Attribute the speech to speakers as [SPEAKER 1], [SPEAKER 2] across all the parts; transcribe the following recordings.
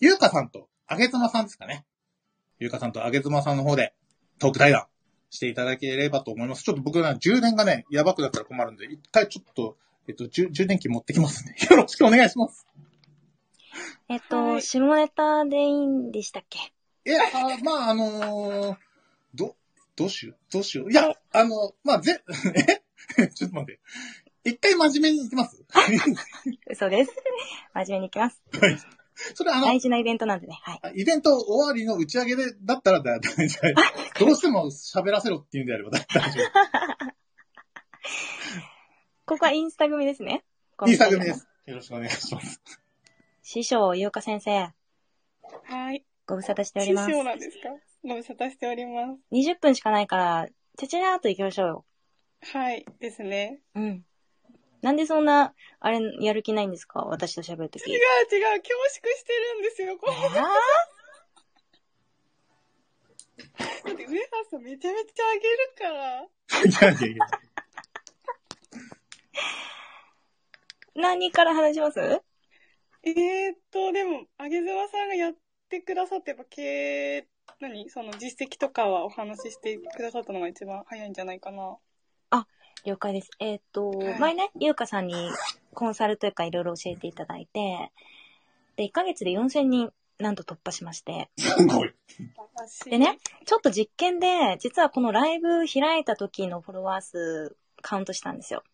[SPEAKER 1] ゆうかさんと、あげつまさんですかね。ゆうかさんとあげつまさんの方で、トーク対談していただければと思います。ちょっと僕ら充電がね、やばくなったら困るんで、一回ちょっと、えっと、充充電器持ってきますね。 よろしくお願いします。
[SPEAKER 2] えっと、
[SPEAKER 3] はい
[SPEAKER 2] 下ネタでいいんでしたっけ
[SPEAKER 1] いや、あまあ、あのー、ど、どうしよう、どうしよう。いや、あの、まあ、ぜ、 えちょっと待って。一回真面目にいきます。
[SPEAKER 2] 嘘です。真面目にいきます。
[SPEAKER 1] それあの、
[SPEAKER 2] 大事なイベントなんでね。はい。
[SPEAKER 1] イベント終わりの打ち上げで、だったらだ、だ、だ、どうしても喋らせろっていうんであればだ大丈
[SPEAKER 2] ここはインスタ組ですね。
[SPEAKER 1] 夫。いい作品で。す。よろしくお願いします。
[SPEAKER 2] 師匠、ゆうか先生、
[SPEAKER 3] はい。
[SPEAKER 2] ご無沙汰しており
[SPEAKER 3] 師
[SPEAKER 2] ます。
[SPEAKER 3] 匠なんですかご無沙汰しておりま
[SPEAKER 2] 20分しかないから、ちゃちゃらーっと行きましょうよ。
[SPEAKER 3] す。はい。ですね。
[SPEAKER 2] うん。なんでそんな、あれ、やる気ないんですか私と喋るとき。
[SPEAKER 3] 違う違う、恐縮してるんですよ。こ
[SPEAKER 2] あー
[SPEAKER 3] うやってウエハースめちゃめちゃあげるから。
[SPEAKER 1] いやいやいや。
[SPEAKER 2] 何から話します
[SPEAKER 3] えーっと、でも、あげずまさんがやってくださって、やっぱ経営、何その実績とかはお話ししてくださったのが一番早いんじゃないかな。
[SPEAKER 2] 了解です。えっ、と、
[SPEAKER 3] はい
[SPEAKER 2] 前ね、ゆうかさんにコンサルというかいろいろ教えていただいて、で、1ヶ月で4000人、なんと突破しまして。
[SPEAKER 1] すごい。
[SPEAKER 3] 私
[SPEAKER 2] でね。、ちょっと実験で、実はこのライブ開いた時のフォロワー数カウントしたんですよ。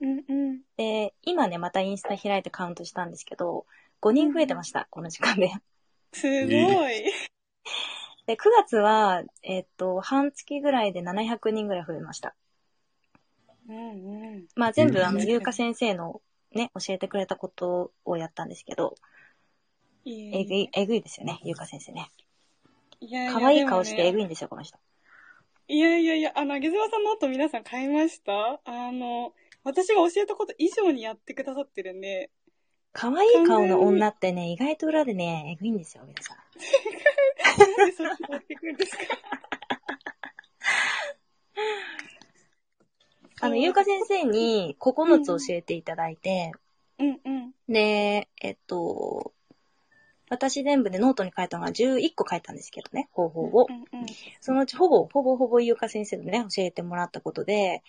[SPEAKER 3] うんうん。
[SPEAKER 2] で、今ね、またインスタ開いてカウントしたんですけど、5人増えてました、この時間で。
[SPEAKER 3] すごい。
[SPEAKER 2] で、9月は、えっ、と、半月ぐらいで700人ぐらい増えました。
[SPEAKER 3] うんうん。
[SPEAKER 2] まあ全部、
[SPEAKER 1] うん
[SPEAKER 2] あの、ゆうか先生のね、教えてくれたことをやったんですけど、
[SPEAKER 3] い
[SPEAKER 2] えぐい、えぐいですよね、ゆうか先生ね。
[SPEAKER 3] いやいや
[SPEAKER 2] 可愛い顔してえ
[SPEAKER 3] でも
[SPEAKER 2] ぐ
[SPEAKER 3] ね
[SPEAKER 2] いんですよ、この人。
[SPEAKER 3] いやいやいや、あの、あげずまさんの後皆さん買いましたあの、私が教えたこと以上にやってくださってるんで、
[SPEAKER 2] 可愛い顔の女ってね、意外と裏でね、えぐいんですよ、皆さん。
[SPEAKER 3] なんでそっち持ってくるんですか
[SPEAKER 2] あの、ゆうか先生に9つ教えていただいて、
[SPEAKER 3] うんうん。
[SPEAKER 2] で、えっと、私全部でノートに書いたのが11個書いたんですけどね、方法を
[SPEAKER 3] う。んうん。
[SPEAKER 2] そのうちほぼ、ほぼほぼゆうか先生のね、教えてもらったことで、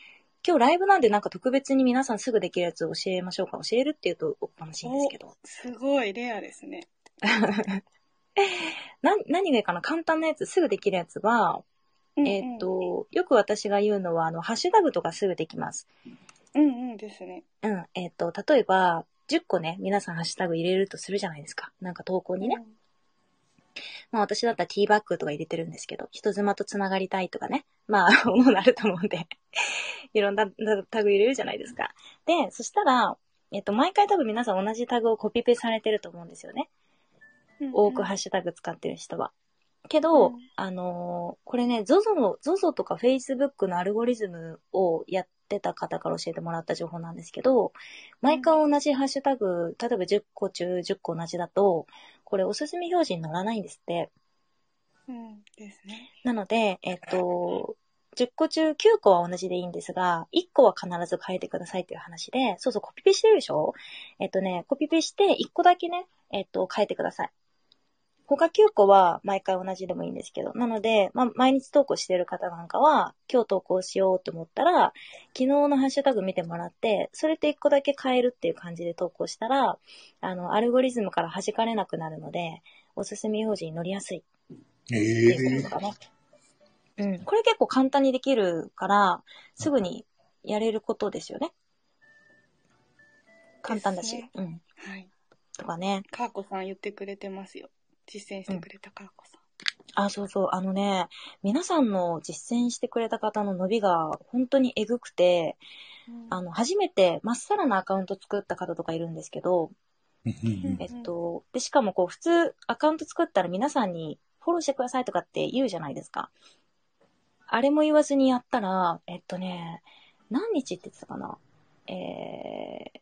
[SPEAKER 2] 今日ライブなんでなんか特別に皆さんすぐできるやつを教えましょうか、教えるっていうとおかしいんですけど。
[SPEAKER 3] すごいレアですね。
[SPEAKER 2] な、何がいいかな簡単なやつ、すぐできるやつは、
[SPEAKER 3] うんうん
[SPEAKER 2] えーっ、、と、よく私が言うのは、あの、ハッシュタグとかすぐできます。
[SPEAKER 3] うんうんですね。
[SPEAKER 2] うん、えーっ、と、例えば、10個ね、皆さんハッシュタグ入れるとするじゃないですか。なんか投稿にね。まあ私だったらティーバッグとか入れてるんですけど、人妻と繋がりたいとかね。まあ、 もうなると思うんで。いろんなタグ入れるじゃないですか。で、そしたら、えっと、毎回多分皆さん同じタグをコピペされてると思うんですよね。
[SPEAKER 3] うん、うん
[SPEAKER 2] 多くハッシュタグ使ってる人は。けど、
[SPEAKER 3] うん
[SPEAKER 2] あのーこれね、ZOZO の、ZOZO とか Facebook のアルゴリズムをやってた方から教えてもらった情報なんですけど、毎回同じハッシュタグ、例えば10個中10個同じだと、これおすすめ表示に乗らないんですって。
[SPEAKER 3] うんですね。
[SPEAKER 2] なので、えっと、10個中9個は同じでいいんですが、1個は必ず変えてくださいっていう話で、そうそう、コピペしてるでしょえっとね、コピペして1個だけね、えっと、変えてください。他9個は毎回同じでもいいんですけど、なので、まあ、毎日投稿してる方なんかは、今日投稿しようと思ったら、昨日のハッシュタグ見てもらって、それと1個だけ変えるっていう感じで投稿したら、あの、アルゴリズムから弾かれなくなるので、おすすめ表示に乗りやすい。
[SPEAKER 1] え
[SPEAKER 2] っていうことかな。うん。これ結構簡単にできるから、すぐにやれることですよね。簡単だし。
[SPEAKER 3] です
[SPEAKER 2] う
[SPEAKER 3] ね
[SPEAKER 2] ん。
[SPEAKER 3] はい。
[SPEAKER 2] とかね。
[SPEAKER 3] かーこさん言ってくれてますよ。実践してくれたかーこさん。
[SPEAKER 2] あ、そうそう。あのね、皆さんの実践してくれた方の伸びが本当にえぐくて、あの、初めてまっさらなアカウント作った方とかいるんですけど、
[SPEAKER 1] ー
[SPEAKER 2] えっと、で、しかもこう、普通アカウント作ったら皆さんにフォローしてくださいとかって言うじゃないですか。あれも言わずにやったら、えっとね、何日って言ってたかなえ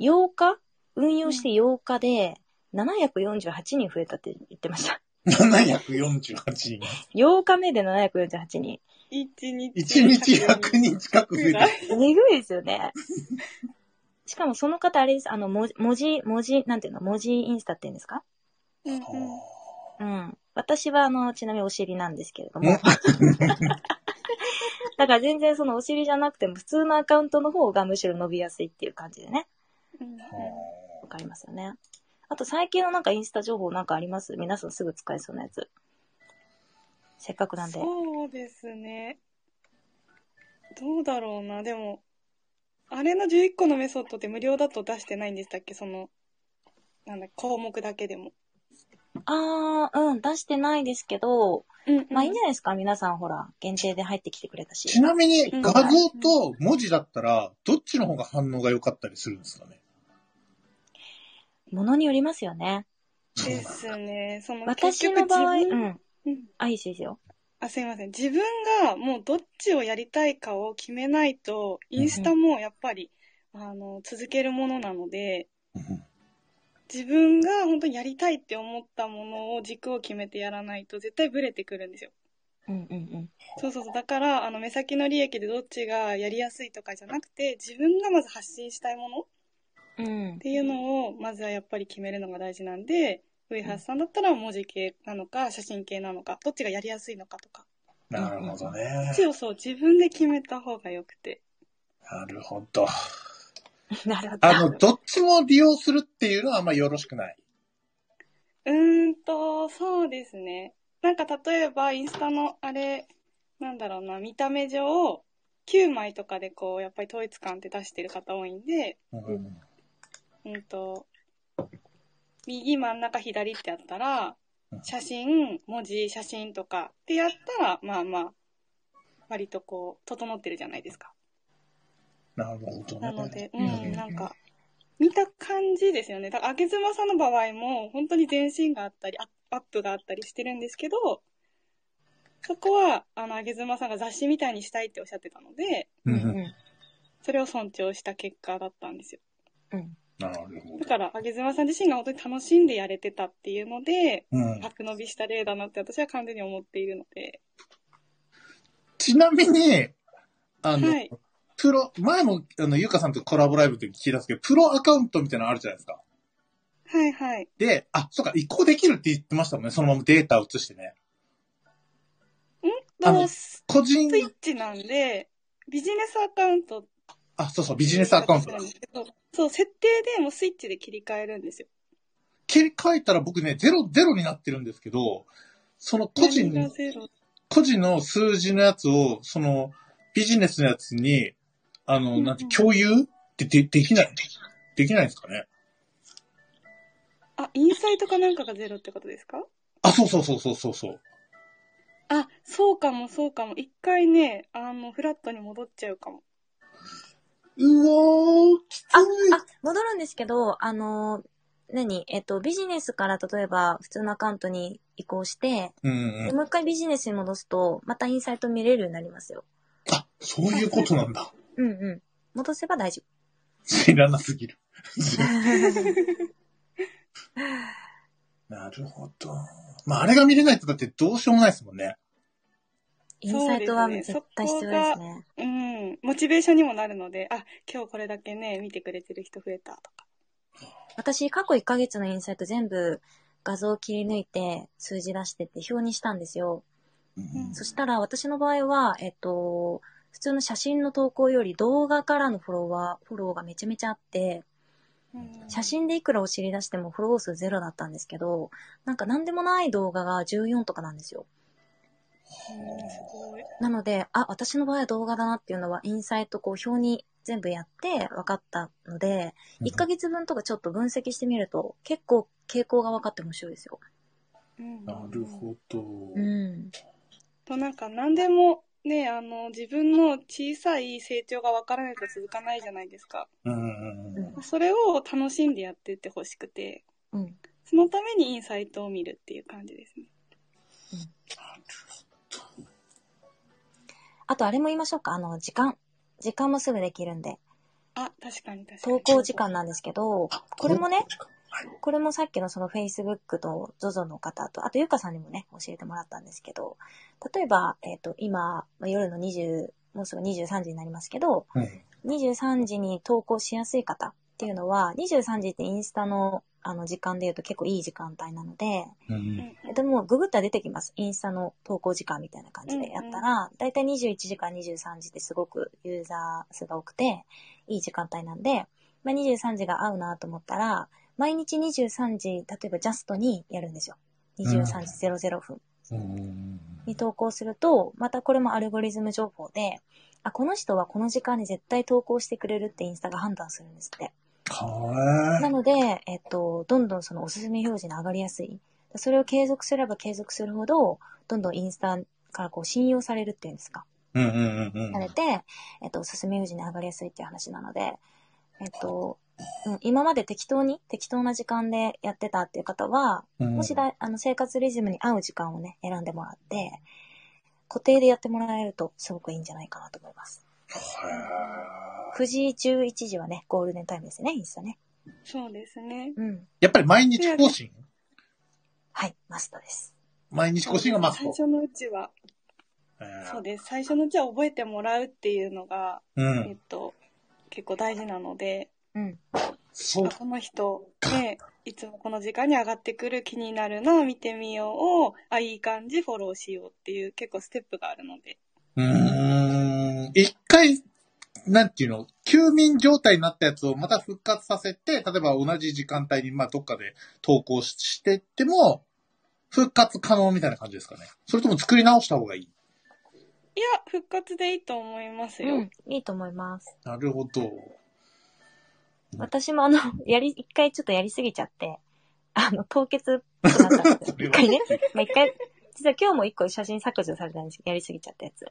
[SPEAKER 2] ー、8日運用して8日で748人増えたって言ってました。
[SPEAKER 1] 748人。
[SPEAKER 2] 8日目で748人。
[SPEAKER 3] 一日。
[SPEAKER 1] 1日100人近く増え
[SPEAKER 3] ぐら
[SPEAKER 1] た
[SPEAKER 3] い。。
[SPEAKER 2] えぐいですよね。しかもその方あれです。あの、文字、文字、文字、なんていうの文字インスタって言うんですか
[SPEAKER 3] うんう
[SPEAKER 2] う
[SPEAKER 3] ん。
[SPEAKER 2] ん。私は、あの、ちなみにお尻なんですけれど
[SPEAKER 1] う
[SPEAKER 2] も
[SPEAKER 1] ん。
[SPEAKER 2] だから全然そのお尻じゃなくても普通のアカウントの方がむしろ伸びやすいっていう感じでね。
[SPEAKER 3] うんうん
[SPEAKER 2] わかりますよね。あと最近のなんかインスタ情報なんかあります皆さんすぐ使えそうなやつ。せっかくなんで。
[SPEAKER 3] そうですね。どうだろうな。でも、あれの11個のメソッドって無料だと出してないんでしたっけその、なんだ、項目だけでも。
[SPEAKER 2] あー、うん、出してないですけど、
[SPEAKER 3] うん、
[SPEAKER 2] まあいいんじゃないですか皆さんほら、限定で入ってきてくれたし。
[SPEAKER 1] ちなみに
[SPEAKER 3] うん
[SPEAKER 1] 画像と文字だったら、どっちの方が反応が良かったりするんですかね
[SPEAKER 2] ものによりますよね。
[SPEAKER 3] ですね。その、
[SPEAKER 2] 私の
[SPEAKER 3] 結
[SPEAKER 2] 場
[SPEAKER 3] 局
[SPEAKER 2] 合、
[SPEAKER 3] 自
[SPEAKER 2] う
[SPEAKER 3] 分、
[SPEAKER 2] ん。
[SPEAKER 3] うん
[SPEAKER 2] あ、いいですよいいですよ。
[SPEAKER 3] あ、すいません。自分がもうどっちをやりたいかを決めないと、インスタもやっぱり、あの、続けるものなので、
[SPEAKER 1] うん
[SPEAKER 3] 自分が本当にやりたいって思ったものを軸を決めてやらないと絶対ブレてくるんですよ。
[SPEAKER 2] うんうんうん。
[SPEAKER 3] そうそうそう。だから、あの、目先の利益でどっちがやりやすいとかじゃなくて、自分がまず発信したいものっ
[SPEAKER 2] うん。
[SPEAKER 3] ていうのを、まずはやっぱり決めるのが大事なんで、ウイハースさんだったら文字系なのか、写真系なのか、どっちがやりやすいのかとか。
[SPEAKER 1] なるほど
[SPEAKER 3] ど
[SPEAKER 1] ね
[SPEAKER 3] っ。ちをそう、自分で決めた方が良くて。
[SPEAKER 1] なるほど。
[SPEAKER 2] なるほど。
[SPEAKER 1] あの、どっちも利用するっていうのはあんまよろしくない。
[SPEAKER 3] うーんと、そうですね。なんか例えば、インスタのあれ、なんだろうな、見た目上、9枚とかでこう、やっぱり統一感って出してる方多いんで、
[SPEAKER 1] うん
[SPEAKER 3] うんと、右真ん中左ってやったら
[SPEAKER 1] うん、
[SPEAKER 3] 写真、文字、写真とかってやったら、まあまあ、割とこう、整ってるじゃないですか。
[SPEAKER 1] なるほど
[SPEAKER 3] なの
[SPEAKER 1] ね、。
[SPEAKER 3] でう
[SPEAKER 2] うん
[SPEAKER 3] ん、なんか、見た感じですよね。だから、あげずまさんの場合も、本当に全身があったり、アアップがあったりしてるんですけど、そこは、あの、あげずまさんが雑誌みたいにしたいっておっしゃってたので、
[SPEAKER 1] う
[SPEAKER 2] うんん
[SPEAKER 1] う
[SPEAKER 2] うんん。
[SPEAKER 3] それを尊重した結果だったんですよ。
[SPEAKER 2] うん。
[SPEAKER 1] なるほ
[SPEAKER 3] だ
[SPEAKER 1] ど。
[SPEAKER 3] から、あげずまさん自身が本当に楽しんでやれてたっていうので、
[SPEAKER 1] うん、
[SPEAKER 3] 白伸びした例だなって私は完全に思っているので。
[SPEAKER 1] ちなみに、あの、
[SPEAKER 3] はい
[SPEAKER 1] プロ、前も、あの、ゆうかさんとコラボライブで聞き出すけど、プロアカウントみたいなのあるじゃないですか。
[SPEAKER 3] はいはい。
[SPEAKER 1] で、あ、そうか、移行できるって言ってましたもんね。そのままデータ移してね。あの
[SPEAKER 3] どうス
[SPEAKER 1] 個人、
[SPEAKER 3] イッチなんで、ビジネスアカウント
[SPEAKER 1] あ、そうそう、ビジネスアカウントだ。
[SPEAKER 3] そう、設定でもうスイッチで切り替えるんですよ。
[SPEAKER 1] 切り替えたら僕ね、ゼロ、ゼロになってるんですけど、その個人
[SPEAKER 3] 何がゼロ
[SPEAKER 1] 個人の数字のやつを、その、ビジネスのやつに、あ
[SPEAKER 3] うん
[SPEAKER 1] の、
[SPEAKER 3] うん
[SPEAKER 1] なんて、共有ってでできないできないんですかね
[SPEAKER 3] あ、インサイトかなんかがゼロってことですか
[SPEAKER 1] あ、そうそうそうそうそうそう。
[SPEAKER 3] あ、そうかもそうかも。一回ね、あの、フラットに戻っちゃうかも。
[SPEAKER 1] うおー、きつい。
[SPEAKER 2] あ、戻るんですけど、あの、何えっと、ビジネスから例えば普通のアカウントに移行して、
[SPEAKER 1] うんう
[SPEAKER 2] で
[SPEAKER 1] ん。
[SPEAKER 2] もう一回ビジネスに戻すと、またインサイト見れるようになりますよ。
[SPEAKER 1] あ、そういうことなんだ。
[SPEAKER 2] うんうん。戻せば大 丈
[SPEAKER 1] 知らなすぎる。
[SPEAKER 2] 夫。
[SPEAKER 1] なるほど。まあ、あれが見れないとだってどうしようもないですもんね。
[SPEAKER 2] インサイトは絶対必要ですね。
[SPEAKER 3] うん。モチベーションにもなるので、あ、今日これだけね、見てくれてる人増えたとか。
[SPEAKER 2] 私、過去1ヶ月のインサイト全部画像を切り抜いて数字出してって表にしたんですよ。
[SPEAKER 1] うん
[SPEAKER 3] うん
[SPEAKER 2] そしたら私の場合は、えっと、普通の写真の投稿より動画からのフォロワー、フォローがめちゃめちゃあって、
[SPEAKER 3] うん
[SPEAKER 2] 写真でいくらお尻出してもフォロー数ゼロだったんですけど、なんか何でもない動画が14とかなんですよ。
[SPEAKER 3] うんすごい。
[SPEAKER 2] なので、あ、私の場合は動画だなっていうのは、インサイトこう表に全部やって分かったので、
[SPEAKER 1] うん
[SPEAKER 2] 1ヶ月分とかちょっと分析してみると、結構傾向が分かって面白いですよ。
[SPEAKER 3] うん
[SPEAKER 1] なるほど。
[SPEAKER 2] うん。
[SPEAKER 3] となんか何でもね、あの、自分の小さい成長がわからないと続かないじゃないですか。
[SPEAKER 1] うんうんうん。
[SPEAKER 3] それを楽しんでやってってほしくて、
[SPEAKER 2] うん。
[SPEAKER 3] そのためにインサイトを見るっていう感じですね。
[SPEAKER 2] あと、あれも言いましょうか。あの、時間。時間もすぐできるんで。
[SPEAKER 3] あ、確かに確か
[SPEAKER 2] 投
[SPEAKER 3] に。
[SPEAKER 2] 稿時間なんですけど、これもね、
[SPEAKER 1] はい。
[SPEAKER 2] これもさっきのその Facebook と ZOZO の方と、あとゆかさんにもね、教えてもらったんですけど、例えば、えっ、と、今、まあ夜の20、もうすぐ23時になりますけど、
[SPEAKER 1] うん
[SPEAKER 2] 23時に投稿しやすい方っていうのは、23時ってインスタのあの、時間で言うと結構いい時間帯なので、
[SPEAKER 1] う。
[SPEAKER 3] うんん
[SPEAKER 2] でも、ググったら出てきます。インスタの投稿時間みたいな感じでやったら、だいたい21時から23時ってすごくユーザー数が多くて、いい時間帯なんで、まあ、23時が合うなと思ったら、毎日23時、例えばジャストにやるんですよ。23時00分
[SPEAKER 1] うん。
[SPEAKER 2] に投稿すると、またこれもアルゴリズム情報で、あ、この人はこの時間に絶対投稿してくれるってインスタが判断するんですって。
[SPEAKER 1] は
[SPEAKER 2] なので、えっと、どんどんそのおすすめ表示に上がりやすい。それを継続すれば継続するほど、どんどんインスタからこう信用されるっていうんですか。
[SPEAKER 1] ーい。うんうんうんうん
[SPEAKER 2] されて、えっと、おすすめ表示に上がりやすいっていう話なので、えっと、うん今まで適当に、適当な時間でやってたっていう方は、
[SPEAKER 1] うん。
[SPEAKER 2] もしだいあの生活リズムに合う時間をね、選んでもらって、固定でやってもらえるとすごくいいんじゃないかなと思います。
[SPEAKER 1] はー
[SPEAKER 2] 9時、11時はね、ゴールデンタイムですよね、インスタね。
[SPEAKER 3] そうですね。
[SPEAKER 2] うん。
[SPEAKER 1] やっぱり毎日更新
[SPEAKER 2] はい、マストです。
[SPEAKER 1] 毎日更新がマス
[SPEAKER 3] 最
[SPEAKER 1] ト。
[SPEAKER 3] 初のうちは、
[SPEAKER 1] えー
[SPEAKER 3] そうです。最初のうちは覚えてもらうっていうのが、
[SPEAKER 1] う
[SPEAKER 3] えっ
[SPEAKER 1] ん。
[SPEAKER 3] と、結構大事なので、
[SPEAKER 2] うん。
[SPEAKER 1] そう
[SPEAKER 3] あこの人、ね、いつもこの時間に上がってくる気になるな、見てみようを、あ、いい感じ、フォローしようっていう結構ステップがあるので。
[SPEAKER 1] うーん一回、なんていうの、休眠状態になったやつをまた復活させて、例えば同じ時間帯に、まあ、どっかで投稿ししてっても、復活可能みたいな感じですかね。それとも作り直した方がいい。
[SPEAKER 3] いや、復活でいいと思いますよ。
[SPEAKER 2] うん、いいと思います。
[SPEAKER 1] なるほど。
[SPEAKER 2] 私もあの、 やり、一回ちょっとやりすぎちゃって、あの、凍結となったんですよ
[SPEAKER 1] それ
[SPEAKER 2] 一
[SPEAKER 1] は
[SPEAKER 2] 回ね。まあ、一回、実は今日も一個写真削除されたんですやりすぎちゃったやつ。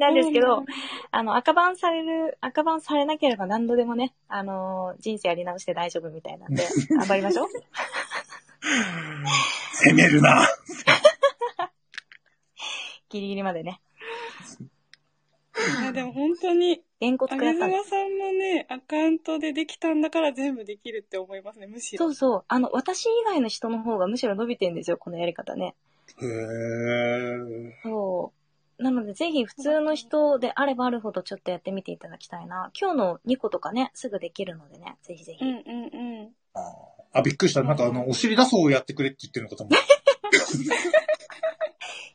[SPEAKER 2] なんですけど、あの、赤番される、赤番されなければ何度でもね、あのー人生やり直して大丈夫みたいなんで、頑張りましょう。
[SPEAKER 1] 攻めるな。
[SPEAKER 2] ギリギリまでね。
[SPEAKER 3] いや、でも本当に、
[SPEAKER 2] 原稿
[SPEAKER 3] あ
[SPEAKER 2] 作ら
[SPEAKER 3] げ
[SPEAKER 2] せた
[SPEAKER 3] ず
[SPEAKER 2] んで
[SPEAKER 3] まさんのね、アカウントでできたんだから全部できるって思いますね、む
[SPEAKER 2] す。
[SPEAKER 3] し
[SPEAKER 2] そ
[SPEAKER 3] ろ。
[SPEAKER 2] うそう。あの、私以外の人の方がむしろ伸びてるんですよ、このやり方ね。
[SPEAKER 1] へー。
[SPEAKER 2] そう。なので、ぜひ普通の人であればあるほどちょっとやってみていただきたいな。今日の2個とかね、すぐできるのでね、ぜひぜひ。
[SPEAKER 3] うんうんうん。
[SPEAKER 1] あ、びっくりした。なんかあの、お尻出そうをやってくれって言ってるのかと思った。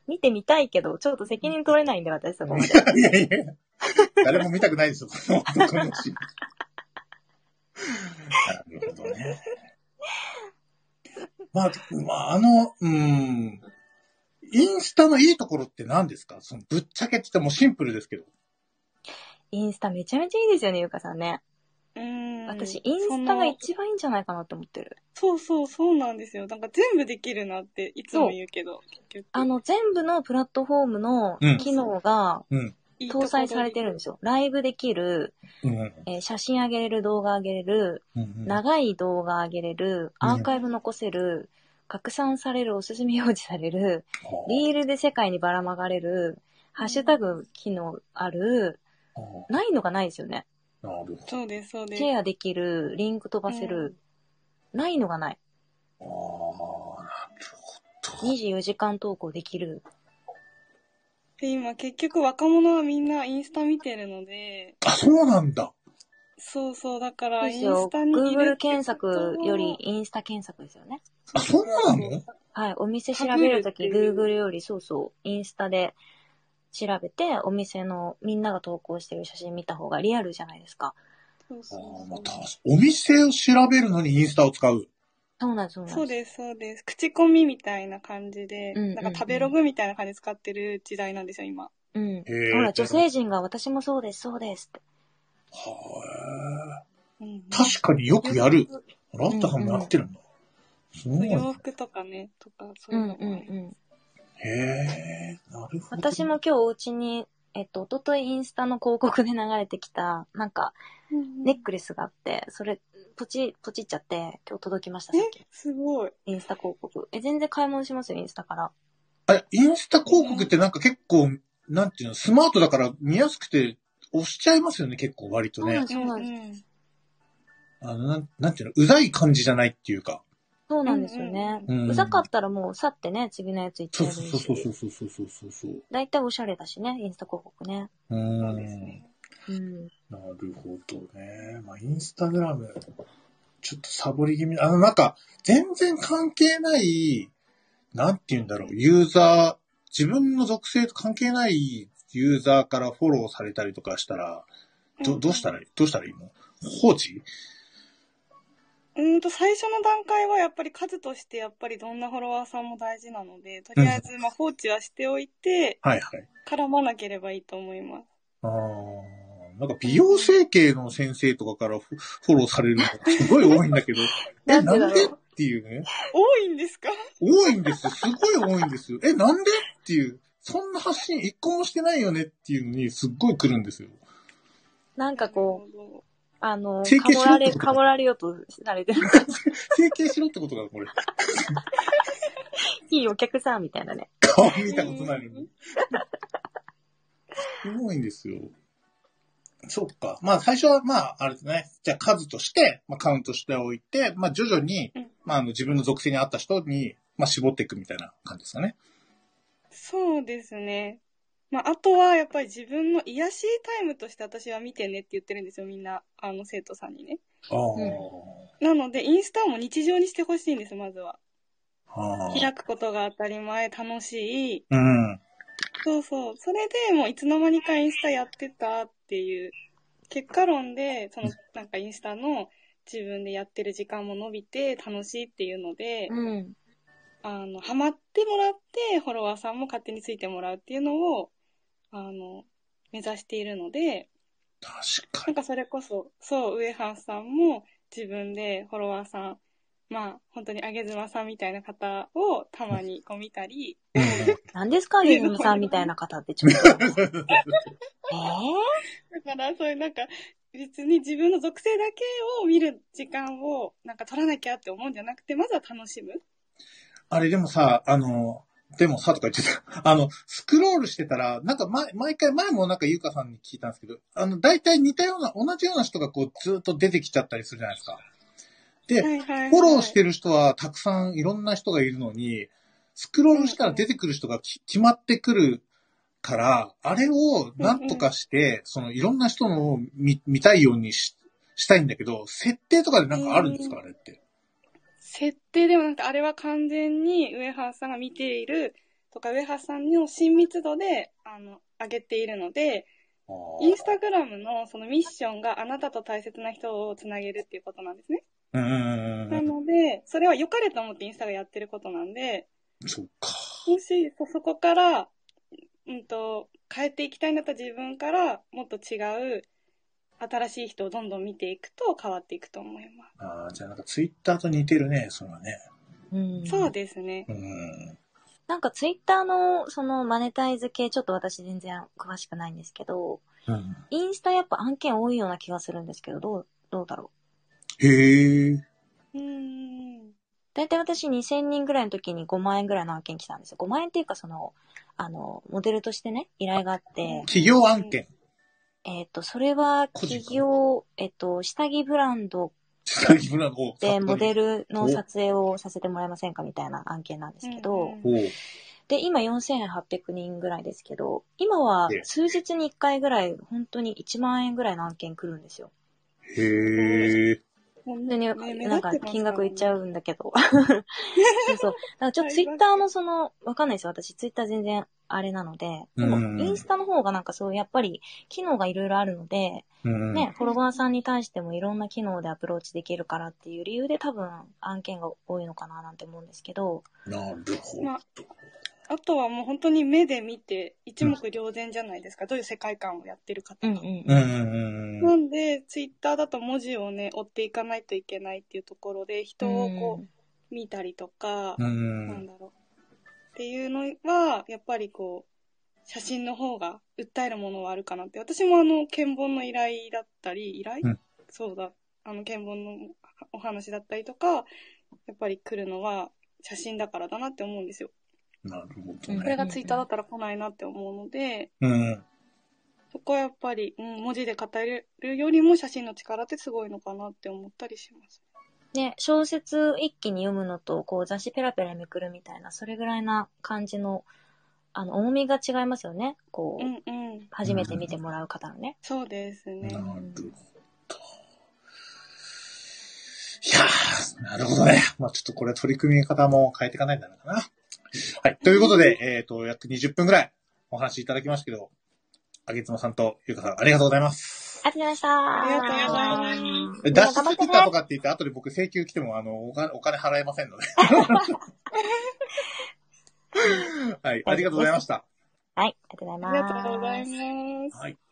[SPEAKER 2] 見てみたいけど、ちょっと責任取れないんで、私そこまで。
[SPEAKER 1] いやいや誰も見たくないですよ、この男のお尻。なるほどね。まあ、まあ、あの、うん。インスタのいいところって何ですかそのぶっちゃけって言ってもシンプルですけど。
[SPEAKER 2] インスタめちゃめちゃいいですよね、ゆうかさんね。
[SPEAKER 3] うん。
[SPEAKER 2] 私、インスタが一番いいんじゃないかなと思ってる。
[SPEAKER 3] そのそうそう、そうなんですよ。なんか全部できるなっていつも言うけど、結局。
[SPEAKER 2] あの、全部のプラットフォームの
[SPEAKER 1] うん
[SPEAKER 2] 機能が
[SPEAKER 3] いいとこ
[SPEAKER 2] 搭
[SPEAKER 3] ろ
[SPEAKER 2] 載されてるんですよ。ライブできる、
[SPEAKER 1] うん。うん
[SPEAKER 2] えー写真あげれる、動画あげれる、
[SPEAKER 1] うん
[SPEAKER 2] 長い動画あげれる、
[SPEAKER 1] うん
[SPEAKER 2] アーカイブ残せる、拡散される、おすすめ表示される、
[SPEAKER 1] は
[SPEAKER 2] リールで世界にばらまがれる、ハッシュタグ機能ある、
[SPEAKER 1] あは
[SPEAKER 2] ないのがないですよね。
[SPEAKER 1] あなる
[SPEAKER 3] そうです、そうです
[SPEAKER 2] シ。ェアできる、リンク飛ばせる、ないのがない。
[SPEAKER 1] ほど。ああ、なるほど。
[SPEAKER 2] 24時間投稿できる。
[SPEAKER 3] で、今結局若者はみんなインスタ見てるので、
[SPEAKER 1] あ、そうなんだ。
[SPEAKER 3] そうそう、だか
[SPEAKER 2] そう
[SPEAKER 3] ら
[SPEAKER 2] です
[SPEAKER 3] インス
[SPEAKER 2] よ。
[SPEAKER 3] タに入
[SPEAKER 2] Google
[SPEAKER 3] れてこと
[SPEAKER 2] 検索より、インスタ検索ですよね。
[SPEAKER 1] あ、そうなの
[SPEAKER 2] はい。お店調べるとき、
[SPEAKER 3] タグるって
[SPEAKER 2] Google より、そうそう、インスタで調べて、お店のみんなが投稿してる写真見た方がリアルじゃないですか。
[SPEAKER 3] そうそ
[SPEAKER 1] あ
[SPEAKER 3] う
[SPEAKER 1] ーまあ、
[SPEAKER 3] そう
[SPEAKER 1] 確かお店を調べるのにインスタを使う。
[SPEAKER 2] そうなんです、そうなんです。
[SPEAKER 3] そうです、そうです。口コミみたいな感じで、
[SPEAKER 2] うんうんうん
[SPEAKER 3] なんか食べログみたいな感じで使ってる時代なんですよ、今。
[SPEAKER 2] うん
[SPEAKER 1] へ。ー
[SPEAKER 2] ほら、女性陣が私もそうです、そうですって。
[SPEAKER 1] は
[SPEAKER 3] うん
[SPEAKER 1] あ。確かによくやる。ラッタさんもやってるんだ。すごいな。
[SPEAKER 3] 洋服とかね、とか、そう
[SPEAKER 2] う
[SPEAKER 3] い
[SPEAKER 2] ん
[SPEAKER 3] う
[SPEAKER 2] う
[SPEAKER 3] の
[SPEAKER 2] ん
[SPEAKER 3] もあります
[SPEAKER 2] うん。
[SPEAKER 1] へえ、なるほど。
[SPEAKER 2] 私も今日お家に、えっと、一昨日インスタの広告で流れてきた、なんか、
[SPEAKER 3] うんうん
[SPEAKER 2] ネックレスがあって、それ、ポチ、ポチっちゃって、今日届きました、さっき。
[SPEAKER 3] すごい。
[SPEAKER 2] インスタ広告。え、全然買い物しますよ、インスタから。
[SPEAKER 1] あれ、インスタ広告ってなんか結構、なんていうの、スマートだから見やすくて、押しちゃいますよね、結構割と
[SPEAKER 2] そうな
[SPEAKER 1] ね
[SPEAKER 2] ん。です、そうなんです。
[SPEAKER 3] ん
[SPEAKER 1] あの、なんなんていうの、うざい感じじゃないっていうか。
[SPEAKER 2] そうなんですよね。
[SPEAKER 1] うん。
[SPEAKER 2] うざかったらもう去ってね、次のやつ行っち
[SPEAKER 1] そ
[SPEAKER 2] ゃ
[SPEAKER 1] う
[SPEAKER 2] え
[SPEAKER 1] そう
[SPEAKER 2] ば
[SPEAKER 1] そう
[SPEAKER 2] いい
[SPEAKER 1] そう
[SPEAKER 2] し。
[SPEAKER 1] そうそうそうそうそう。
[SPEAKER 2] だいたいおしゃれだしね、インスタ広告ね。
[SPEAKER 1] う
[SPEAKER 3] そ
[SPEAKER 1] ん。
[SPEAKER 3] うですね。
[SPEAKER 2] うん。
[SPEAKER 1] なるほどね。まあ、インスタグラム。ちょっとサボり気味、あの、なんか、全然関係ない、なんて言うんだろう、ユーザー、自分の属性と関係ないユーザーからフォローされたりとかしたら、ど、どうしたらいいどうしたらいいの放置
[SPEAKER 3] うーんと、最初の段階はやっぱり数としてやっぱりどんなフォロワーさんも大事なので、とりあえずまあ放置はしておいて、
[SPEAKER 1] はいはい。
[SPEAKER 3] 絡まなければいいと思います。
[SPEAKER 1] あーなんか美容整形の先生とかからフフォローされるのがすごい多いんだけど、え、
[SPEAKER 2] なんで
[SPEAKER 1] な
[SPEAKER 2] だ
[SPEAKER 1] んで
[SPEAKER 2] ろ
[SPEAKER 1] っ
[SPEAKER 2] う
[SPEAKER 1] ていうね。
[SPEAKER 3] 多いんですか
[SPEAKER 1] 多いんですよ。すごい多いんですよ。え、なんでっていう。そんな発信一個もしてないよねっていうのにすっごい来るんですよ。
[SPEAKER 2] なんかこう、あの、
[SPEAKER 1] 整
[SPEAKER 2] か
[SPEAKER 1] 形しろ
[SPEAKER 2] もられ、
[SPEAKER 1] ってこと
[SPEAKER 2] かもられようとされてる。
[SPEAKER 1] 整形しろってことだ、これ。
[SPEAKER 2] いいお客さんみたいなね。
[SPEAKER 1] 顔見たことないのに。すごいんですよ。そっか。まあ最初は、まああれですね。じゃあ数として、まあカウントしておいて、まあ徐々に
[SPEAKER 3] うん、
[SPEAKER 1] まああの自分の属性に合った人に、まあ絞っていくみたいな感じですかね。
[SPEAKER 3] そうですね。まあ、あとはやっぱり自分の癒しタイムとして私は見てねって言ってるんですよ、みんな。あの生徒さんにね。
[SPEAKER 1] ああ
[SPEAKER 2] うん
[SPEAKER 3] なので、インスタも日常にしてほしいんです、まずは。
[SPEAKER 1] ああ。
[SPEAKER 3] 開くことが当たり前、楽しい。
[SPEAKER 1] うん。
[SPEAKER 3] そうそう。それでもういつの間にかインスタやってたっていう、結果論で、そのなんかインスタの自分でやってる時間も伸びて楽しいっていうので、
[SPEAKER 2] うん。
[SPEAKER 3] あの、ハマってもらって、フォロワーさんも勝手についてもらうっていうのを、あの、目指しているので、
[SPEAKER 1] 確か
[SPEAKER 3] なん
[SPEAKER 1] に。
[SPEAKER 3] かそれこそ、そう、上半さんも自分でフォロワーさん、まあ、本当にあげずまさんみたいな方をたまにこう見たり、
[SPEAKER 1] うん
[SPEAKER 2] 何ですか、ゆずむさんみたいな方ってちょっと。 えぇ、
[SPEAKER 3] だからそういうなんか、別に自分の属性だけを見る時間をなんか取らなきゃって思うんじゃなくて、まずは楽しむ。
[SPEAKER 1] あれでもさ、あの、でもさとか言ってた。 あの、スクロールしてたら、なんか毎毎回、前もなんかゆうかさんに聞いたんですけど、あの、大体似たような、同じような人がこうずっと出てきちゃったりするじゃないですか。で、
[SPEAKER 3] はいはい、はい。
[SPEAKER 1] フォローしてる人はたくさんいろんな人がいるのに、スクロールしたら出てくる人がき決まってくるから、あれをなんとかして、そのいろんな人のを見見たいようにししたいんだけど、設定とかでなんかあるんですか、
[SPEAKER 3] うん
[SPEAKER 1] あれって。
[SPEAKER 3] 設定でもなんかあれは完全に上原さんが見ているとか上原さんの親密度であの上げているのでインスタグラムのそのミッションがあなたと大切な人をつなげるっていうことなんですね
[SPEAKER 1] うんうんうん
[SPEAKER 3] な
[SPEAKER 1] うん。
[SPEAKER 3] のでそれは良かれと思ってインスタがやってることなんで
[SPEAKER 1] そうか。
[SPEAKER 3] もしそそこから、うん、と変えていきたいんだったら自分からもっと違う新しい人をどんどん見ていくと変わっていくと思いま
[SPEAKER 1] ああ、じゃあなんかツイッターと似てるね、それはね。
[SPEAKER 2] うん
[SPEAKER 3] すそうですね
[SPEAKER 1] うん。
[SPEAKER 2] なんかツイッターのそのマネタイズ系ちょっと私全然詳しくないんですけど、
[SPEAKER 1] うん、
[SPEAKER 2] インスタやっぱ案件多いような気がするんですけど、どう、どうだろう。
[SPEAKER 1] へえ。
[SPEAKER 3] うーん
[SPEAKER 2] だいたい私2000人ぐらいの時に5万円ぐらいの案件来たんですよ。5万円っていうかその、あの、モデルとしてね、依頼があって、
[SPEAKER 1] 企業案件。
[SPEAKER 2] えっ、と、それは
[SPEAKER 1] 個人か
[SPEAKER 2] 企業、えっ、と、下着ブランド
[SPEAKER 1] 下着ブランド。
[SPEAKER 2] でモデ
[SPEAKER 1] ル。
[SPEAKER 2] ルの撮影をさせてもらえませんかみたいな案件なんですけど、
[SPEAKER 3] うんうん
[SPEAKER 1] おう
[SPEAKER 2] で、今4800人ぐらいですけど、今は
[SPEAKER 1] ええ
[SPEAKER 2] 数日に1回ぐらい、本当に1万円ぐらいの案件来るんですよ。
[SPEAKER 1] へえ。
[SPEAKER 2] 本当に、
[SPEAKER 3] ね目立
[SPEAKER 2] な
[SPEAKER 3] っ
[SPEAKER 2] んか
[SPEAKER 3] てます
[SPEAKER 2] 金額いっちゃうんだけ ど。そうそう。だからちょっとツイッターのその、わかんないですよ。私ツイッター全然あれなので。でも
[SPEAKER 1] うん
[SPEAKER 2] インスタの方がなんかそう、やっぱり機能がいろいろあるので、
[SPEAKER 1] うん。
[SPEAKER 2] ね、フォロワーさんに対してもいろんな機能でアプローチできるからっていう理由で多分案件が多いのかななんて思うんですけど。
[SPEAKER 1] なるほど。
[SPEAKER 3] まあとはもう本当に目で見て一目瞭然じゃないですか、どういう世界観をやってる方
[SPEAKER 2] う
[SPEAKER 3] が、
[SPEAKER 2] んう
[SPEAKER 1] うん
[SPEAKER 2] ん
[SPEAKER 1] うんうん。
[SPEAKER 3] なんでツイッターだと文字をね追っていかないといけないっていうところで人をこ
[SPEAKER 2] うん
[SPEAKER 3] う見たりとか、
[SPEAKER 1] う
[SPEAKER 3] なん
[SPEAKER 1] ん。
[SPEAKER 3] だろうっていうのはやっぱりこう写真の方が訴えるものはあるかなって私もあの見本の依頼だったり依頼、
[SPEAKER 1] うん
[SPEAKER 3] そうだあの見本のお話だったりとかやっぱり来るのは写真だからだなって思うんですよ
[SPEAKER 1] なるほど
[SPEAKER 2] こ
[SPEAKER 3] これ
[SPEAKER 1] ね。
[SPEAKER 3] がツイッターだったら来ないなって思うので、
[SPEAKER 1] うん。
[SPEAKER 3] そこはやっぱり、うん、文字で語れるよりも写真の力ってすごいのかなって思ったりします。
[SPEAKER 2] ね、小説一気に読むのと、こう雑誌ペラペラめくるみたいな、それぐらいな感じの、あの、重みが違いますよね。こ
[SPEAKER 3] う
[SPEAKER 2] う、
[SPEAKER 3] んうん。
[SPEAKER 2] 初めて見てもらう方のね。
[SPEAKER 3] そうですね
[SPEAKER 1] な。るほど。いやー、なるほどね。まあちょっとこれ取り組み方も変えていかないんだろうな。はい。ということで、えっ、と、約20分ぐらいお話いただきましたけど、あげつまさんとゆうかさん、ありがとうございます。
[SPEAKER 2] ありがとうございました。。
[SPEAKER 3] ありがとうございます
[SPEAKER 1] え脱出切ったとかって言って、後で僕請求来ても、あの、お金お金払えませんので。はい。ありがとうございました。
[SPEAKER 2] はい、ありがとうございます。
[SPEAKER 3] ありがとうございます。
[SPEAKER 1] はい。